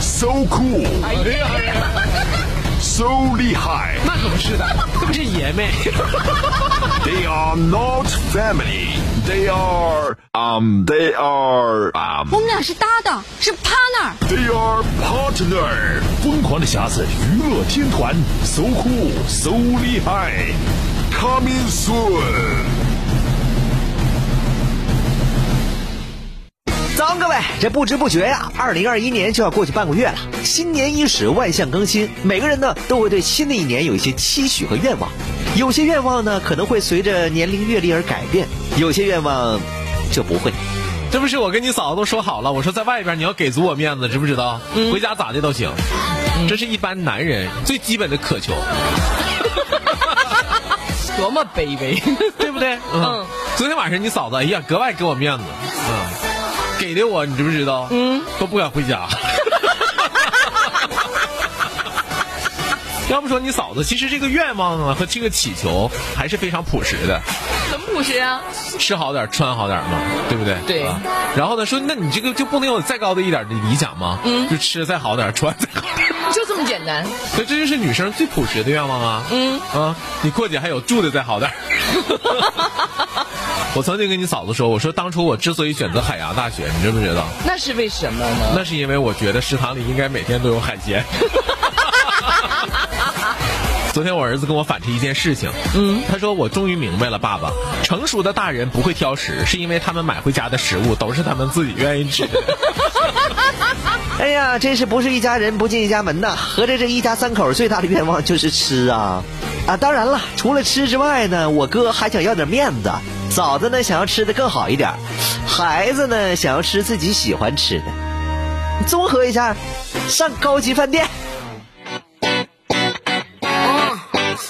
So cool. So 厉害.那可不是的，这不是爷们。 They are not family. They are um. They are um. 我们俩是搭档，是 partner。 They are partner，疯狂的匣子娱乐天团，so cool，so 厉害，coming soon。糟，各位，这不知不觉呀、2二零二一年就要过去半个月了。新年伊始，万象更新，每个人呢都会对新的一年有一些期许和愿望。有些愿望呢可能会随着年龄阅历而改变，有些愿望就不会。这不是我跟你嫂子都说好了，我说在外边你要给足我面子，知不知道？回家咋的都行，嗯这是一般男人最基本的渴求，多么卑微。对不对？嗯。昨天晚上你嫂子，哎呀，格外给我面子，嗯，给的我，你知不知道？嗯，都不敢回 家。要不说你嫂子，其实这个愿望啊和这个祈求还是非常朴实的。很朴实啊，吃好点儿，穿好点儿嘛，对不对？对啊然后呢，说那你这个就不能有再高的一点儿的理想吗？嗯，就吃再好点儿，穿再好点儿。就这么简单。所以这就是女生最朴实的愿望啊。嗯啊，你过节还有住的再好点儿。我曾经跟你嫂子说，我说当初我之所以选择海洋大学，你知不知道？那是为什么呢？那是因为我觉得食堂里应该每天都有海鲜。 昨天我儿子跟我反馈一件事情，嗯，他说我终于明白了，爸爸，成熟的大人不会挑食，是因为他们买回家的食物都是他们自己愿意吃的。哎呀，真是不是一家人不进一家门呐！合着这一家三口最大的愿望就是吃啊啊！当然了，除了吃之外呢，我哥还想要点面子，嫂子呢想要吃的更好一点，孩子呢想要吃自己喜欢吃的。综合一下，上高级饭店。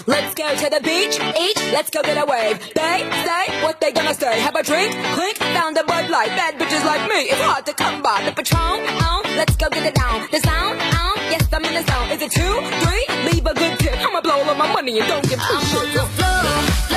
Let's go to the beach, eat, let's go get a wave. They say what they gonna say. Have a drink, clink, found a bud light. Bad bitches like me, it's hard to come by. The patron, on, let's go get it down. The sound, on, yes, I'm in the zone. Is it two, three? Leave a good tip. I'ma blow all of my money and don't give a shit.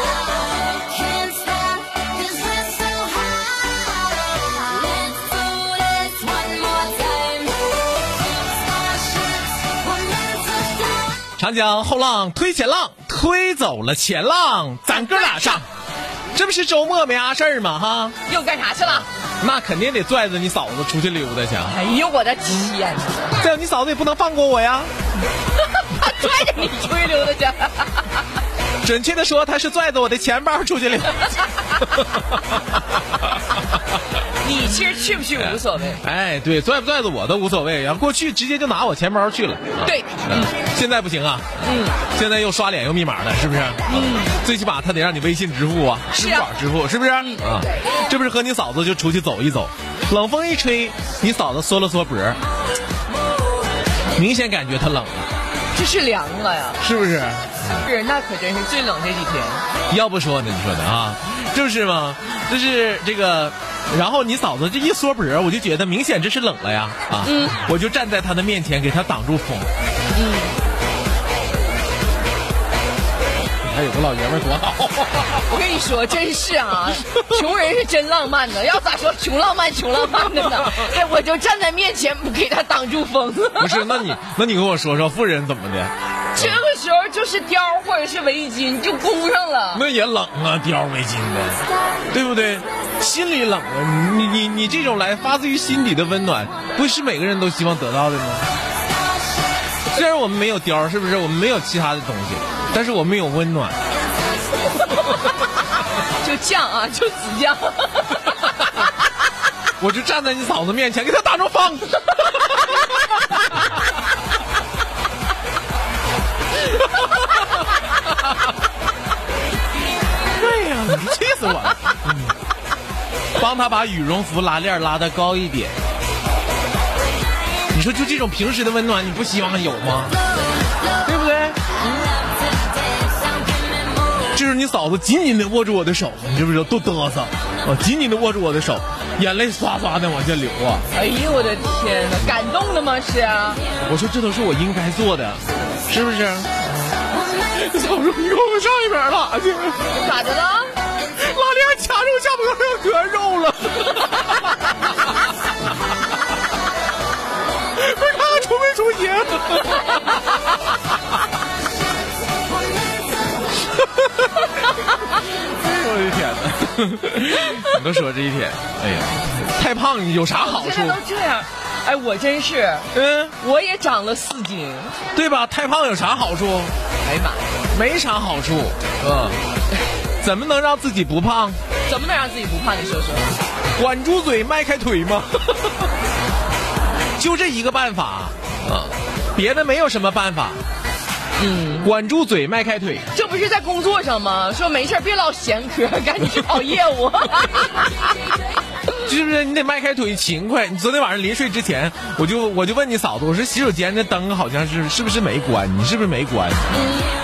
Can't stop, cause we're so high. Let's do this one more time. Starships, we're meant to fly. 长江后浪推前浪，推走了前浪，咱哥俩上。这不是周末没啥事儿吗？哈，又干啥去了？那肯定得拽着你嫂子出去溜达去。哎呦我的天！再有你嫂子也不能放过我呀。拽着你吹溜达去。准确的说，他是拽着我的钱包出去溜达。你其实去不去无所谓。哎，对，拽不拽着我都无所谓，然后过去直接就拿我钱包去了。对，嗯，现在不行啊，嗯，现在又刷脸又密码的，是不是？嗯，最起码他得让你微信支付啊，支付宝支付，是不是？啊，这不是和你嫂子就出去走一走，冷风一吹，你嫂子缩了缩脖，明显感觉她冷了，这是凉了呀。是不是？是，那可真是最冷这几天。要不说呢，你说的啊，就是嘛，就是这个，然后你嫂子这一缩脖，我就觉得明显这是冷了呀啊，我就站在她的面前给她挡住风。嗯，你看有哎个老爷们儿多好， 我跟你说，真是 啊，穷人是真浪漫的。要咋说穷浪漫，穷浪漫的 呢？哎，我就站在面前不给他挡住 风。不是？那你那你跟我说说，富人怎么的？这个时候就是貂儿或者是围巾你就箍上了。那也冷啊，貂围巾的，对不对？心里冷啊，你你你这种来发自于心底的温暖，不是每个人都希望得到的吗？虽然我们没有貂，是不是？我们没有其他的东西，但是我们有温暖。就犟啊，就死犟。我就站在你嫂子面前给她打成方。哎呀，你气死我了！帮他把羽绒服拉链拉得高一点。你说就这种平时的温暖，你不希望有吗？对不对？这是你嫂子紧紧的握住我的手，你知不知道？都嘚瑟，哦，紧紧的握住我的手，眼泪唰唰的往下流啊！哎呦我的天哪，感动的吗？是啊，我说这都是我应该做的，是不是？嫂子，嗯你给我上一边拉去，咋的了？拉链卡住下巴要割肉了。不是他出没出啊血？哎呦我的天哪！ 你都说这一天，哎呀，太胖有啥好处现？在都这样，哎，我真是，嗯，我也长了四斤。对吧？太胖有啥好处？哎呀妈呀，没啥好处。嗯， 怎么能让自己不胖？怎么能让自己不胖？你说说。管住嘴，迈开腿吗？ 就这一个办法啊，别的没有什么办法。嗯，管住嘴，迈开腿。这不是在工作上吗？说没事儿别老闲嗑，赶紧去跑业 务。是不是你得迈开腿勤快？你昨天晚上临睡之前，我就我就问你嫂子，我说洗手间的灯好像是是不是没关？你是不是没关？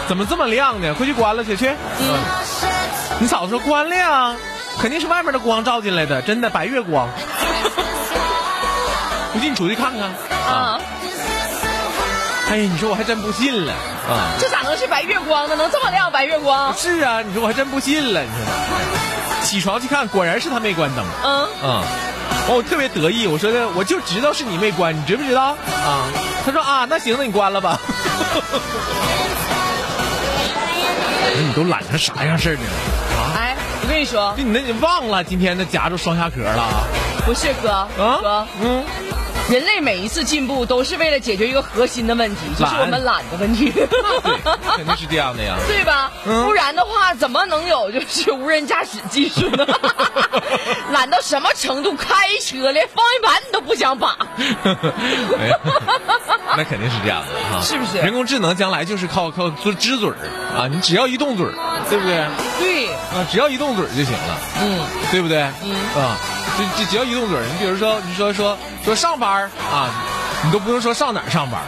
怎么这么亮呢？快去关了去去。你嫂子说关了呀，肯定是外面的光照进来的，真的白月光。不信你出去看看。啊，哎呀，你说我还真不信了啊。这咋能是白月光呢？能这么亮白月光？是啊，你说我还真不信了，你说。起床去看，果然是他没关灯。嗯，嗯，哦，我特别得意，我说的我就知道是你没关，你知不知道？啊，他说啊，那行，那你关了 吧。哎你都懒成啥样事儿呢？哎，我跟你说，就你那你忘了今天那夹住双下壳了不是哥，啊哥，？嗯，人类每一次进步都是为了解决一个核心的问题，就是懒我们懒啊的问题，对，肯定是这样的呀。 对吧？嗯不然的话，怎么能有 就是无人驾驶技术呢？ 懒到什么程度？开车连方向盘你都不想把。哎呀那肯定是这样的哈，是不是人工智能将来就是靠靠做支嘴儿啊，你只要一动嘴儿，对不对？对，啊，只要一动嘴儿就行了，嗯，对不对？嗯啊，就就只要一动嘴儿，你比如说你说说说上班儿啊，你都不用说上哪儿上班儿，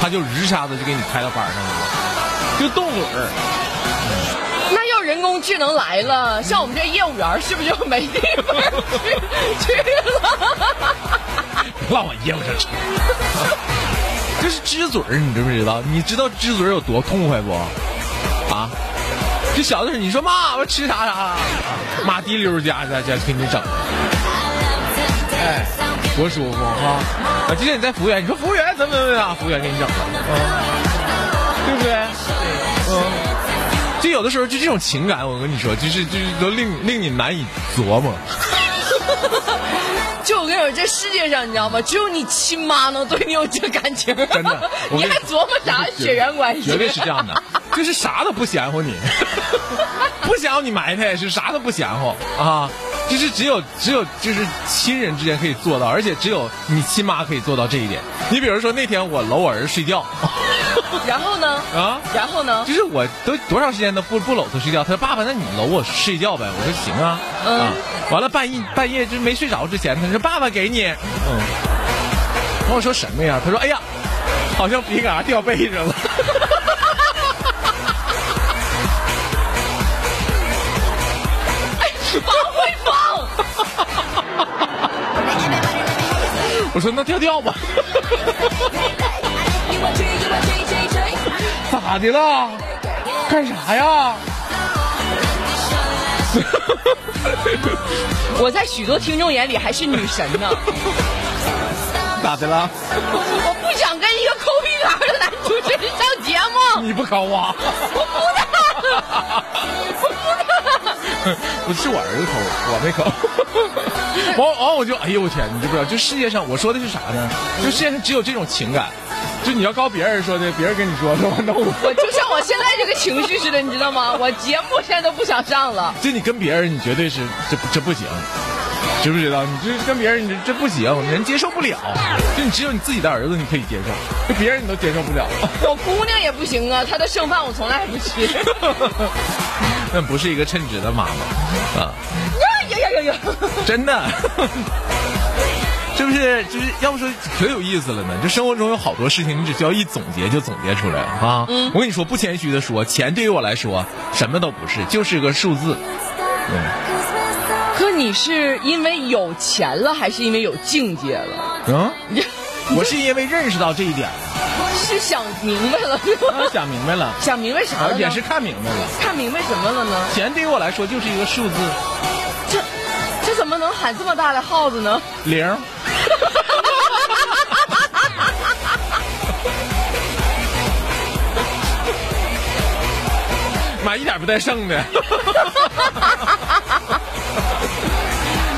他就一下子就给你开到班儿上去了，就动嘴儿。那要人工智能来了，像我们这业务员儿是不是就没地方 去去了？ 别老往业务上扯。 就是支嘴儿，你知不知道？你知道支嘴儿有多痛快不？啊？就小的时候，你说妈，我吃啥啥，妈滴溜儿家家家给你整，哎，多舒服哈！啊，今天你在服务员，你说服务员怎么怎么样，服务员给你整了，啊对不对？嗯，就有的时候就这种情感，我跟你说，就是就是都令令你难以琢磨。就我跟你说，这世界上你知道吗？只有你亲妈能对你有这感情，，真的我你跟还琢磨啥血缘关系？绝对是这样的，就是啥都不嫌乎你， 不嫌乎你埋汰，是啥都不嫌乎啊。就是只有只有就是亲人之间可以做到，而且只有你亲妈可以做到这一点。你比如说那天我搂我儿子睡觉然后呢？啊，然后 呢？就是我都多长时间都不不搂他睡觉，他说爸爸，那你搂我睡觉呗。我说行啊，嗯啊，完了半夜半夜就没睡着之前，他说爸爸给你，嗯，跟我说什么呀？他说哎呀，好像鼻嘎掉背上 了。放会放，我说那掉掉吧，咋的了？干啥呀？我在许多听众眼里还是女神呢。咋的了？我不想跟一个抠鼻梁的男主持人上节 目，你不高啊？我不干，我不干。 不是我儿子抠，我没抠。 完完我就哎呦我天，你知不知道？就世界上我说的是啥呢？就世界上只有这种情感，就你要高别人说的，别人跟你说的，我弄了。我就像我现在这个情绪似的，你知道吗？我节目现在都不想上了。就你跟别人，你绝对是这这不行，知不知道？你这跟别人，你这这不行，人接受不了。就你只有你自己的儿子，你可以接受，就别人你都接受不了。 我姑娘也不行啊，她的剩饭我从来不吃。那不是一个称职的妈妈啊，哎呀呀呀呀呀！真的。 是不是就是要不说可有意思了呢？就生活中有好多事情，你只需要一总结就总结出来了啊。我跟你说，不谦虚的说，钱对于我来说什么都不是，就是个数字。可你是因为有钱了，还是因为有境界了？嗯，我是因为认识到这一点，啊是想明白了是吧？想明白了， 想明白啥了呢？也是看明白了，看明白什么了呢？钱对于我来说就是一个数字这这怎么能喊这么大的号子呢？ 零。妈一点不带剩的，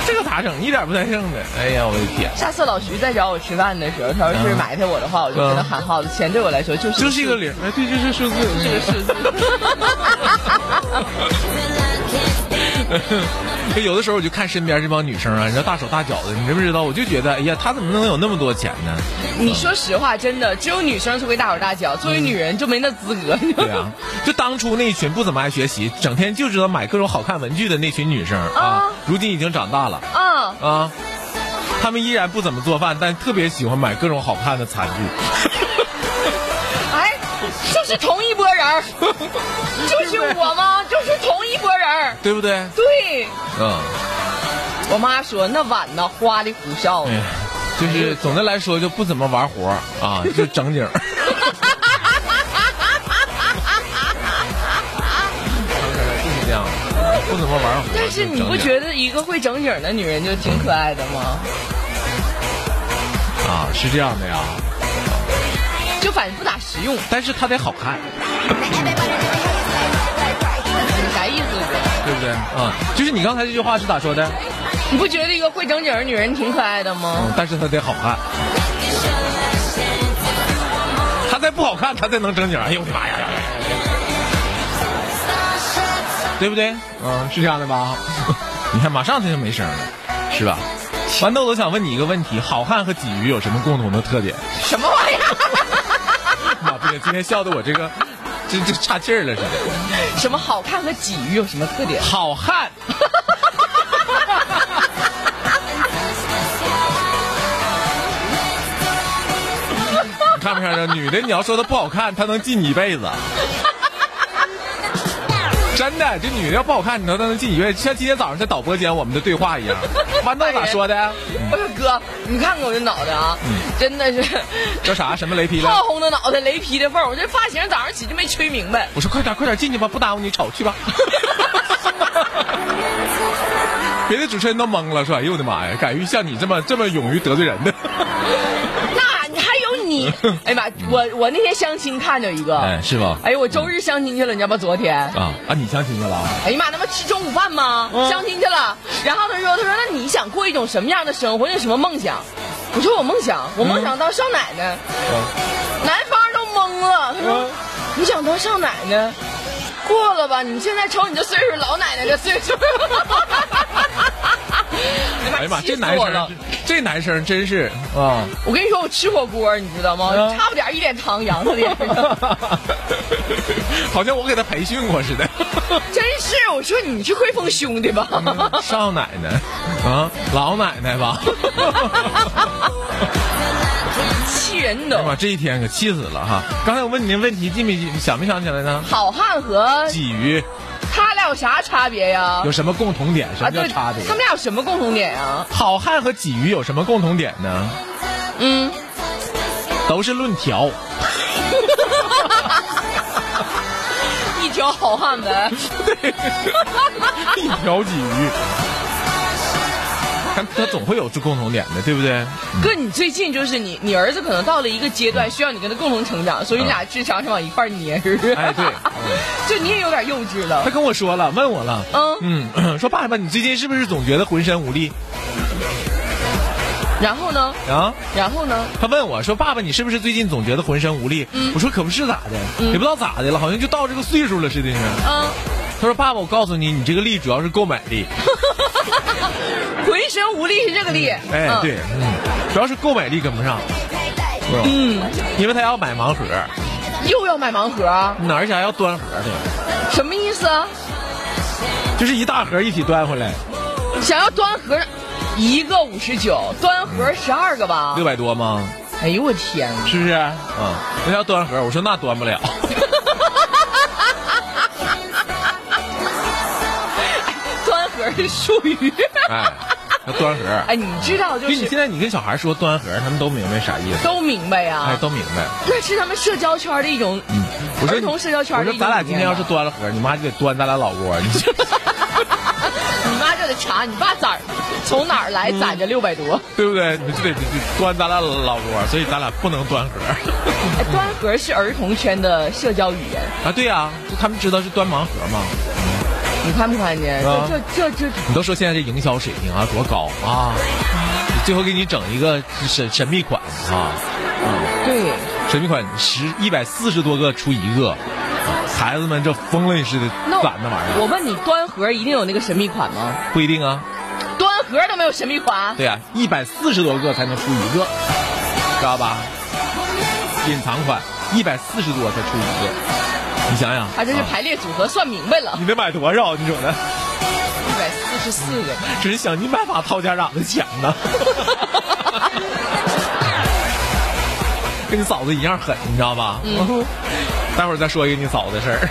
这个咋整？一点不带剩的。哎呀，我的天！下次老徐再找我吃饭的时候，他要是嗯埋汰我的话，我就跟他喊号子。钱对我来说就是就是一个零，哎，对，就是数字，这个数字。哎有的时候我就看身边这帮女生啊，人家大手大脚的，你知不知道？我就觉得，哎呀，她怎么能有那么多钱呢？你说实话，真的，只有女生才会大手大脚，作为女人就没那资格。嗯 对 啊，就当初那群不怎么爱学习，整天就知道买各种好看文具的那群女生啊啊，如今已经长大了啊，啊，她们依然不怎么做饭，但特别喜欢买各种好看的餐具。哎，就是同一拨 人儿，就是我吗？就是同一拨人儿。对不对？对，嗯，我妈说那碗呢，花里胡哨哎的。呀，就是总的来说就不怎么玩活儿 啊，就整景儿。就是这样，不怎么玩活儿。但是你不觉得一个会整景儿的女人就挺可爱的吗？得啊？是这样的呀，就反正不咋实用，但是她得好看。啥意思？对不对？啊、就是你刚才这句话是咋说的？你不觉得一个会整景儿的女人挺可爱的吗？嗯，但是她得好看，她再不好看，她再能整景儿。哎呦我的妈呀！对不对？嗯，是这样的吧？ 你看，马上她就没声了，是吧？豌豆，我想问你一个问题：好汉和鲫鱼有什么共同的特点？ 什么玩意儿？ 妈不行，今天笑的我这个，这这岔气儿了似的。什么好看和鲫鱼有什么特点？好汉，你看没看着？女的你要说她不好看，她能记你一辈子。真的，这女的要不好看，你能她能记你一辈子，像今天早上在导播间我们的对话一样。豌豆咋说的？我说哎哥，你看看我这脑袋啊，嗯真的是叫啥？什么雷劈了 炮？轰的脑袋，雷劈的缝儿。我这发型早上起就没吹明白。我说快点快点进去吧，不耽误你瞅去吧。 别的主持人都懵了，说：“哎呦我的妈呀，敢于像你这么这么勇于得罪人的。那你还有 你？哎呀妈！我我那天相亲看着一个，哎是吧哎呦，我周日相亲去了，你知道吗？昨天。啊”啊你相亲去了啊？哎呀妈，那不吃中午饭吗？相亲去了，然后他说，他说那你想过一种什么样的生活？你有什么梦想？我说我梦想，我嗯梦想当少奶奶。男方都懵了，他嗯说、你想当少奶奶？过了吧，你现在瞅你这岁数，老奶奶这岁数。 哎哎呀妈，气这死男我了生！，这男生真是啊！ 我跟你说，我吃火锅，你知道吗？嗯差不点一脸汤扬他 脸上，好像我给他培训过似 的。真是！我说你去汇丰兄弟吧。少奶奶啊，老奶奶吧。气人哎呀都。妈，这一天可气死了哈！刚才我问你那问题，记没记？想没想起来呢？好汉和鲫鱼他俩有啥差别呀？有什么共同点？什么啊，叫对，差别？他们俩有什么共同点啊 呀？好汉和鲫鱼有什么共同点呢？嗯，都是论条，一条好汉呗。 一条鲫鱼。但它总会有这共同点的，对不对？哥，你最近就是你，你儿子可能到了一个阶段，需要你跟他共同成长，所以你俩智商是往一块儿捏。哎对， 就你也有点幼稚他了。跟我说了，问我了，嗯嗯，说爸爸，你最近是不是总觉得浑身无力？然后呢？啊。然后 呢？他问我说：“爸爸，你是不是最近总觉得浑身无力？”我说：“可不是咋的，也不知道咋的了，好像就到这个岁数了似的呢。嗯，他说：“爸爸，我告诉你，你这个力主要是购买力，浑身无力是这个力。哎，嗯，对，嗯，主要是购买力跟不上，嗯，因为他要买盲盒，又要买盲盒啊，哪儿想要端盒的，什么意思啊？就是一大盒一起端回来，想要端盒，一个五十九，端盒十二个吧六？百多吗？哎呦我天啊！是不是？啊、那要端盒，我说那端不了，端盒是术 语。哎，要端盒。哎，你知道就就你现是在你跟小孩说端盒，他们都明白啥意思，都啊明白呀、哎，都嗯明白。”那是他们社交圈的一种，我说儿你童社交圈我的说一种咱俩今天要是理端了盒，你妈就得端咱俩老窝。你这念吧你妈就得查你爸咋儿从哪儿来攒嗯着六百多，对不对？你就得端咱俩老窝，所以咱俩不能端盒哎端盒是儿童圈的社交语言， 啊。对呀、就他们知道是端盲盒嘛。你看不看见？啊这这这这你都说现在这营销水平啊多高啊，最后给你整一个神神秘款啊，对，神秘款十一百四十多个出一个，孩子们这疯了似的那我攒那玩意我问你，端盒一定有那个神秘款吗？儿，不一定啊。端盒都没有神秘款，对呀、啊，一百四十多个才能出一个，知道吧？隐藏款一百四十多才出一个，你想想，啊，这是排列组合算明白了，你得买多少？你说呢？一百四十四个。只是想尽办法掏家长的钱呢。 跟你嫂子一样狠，你知道吧？嗯。待会儿再说一个你嫂子的事儿。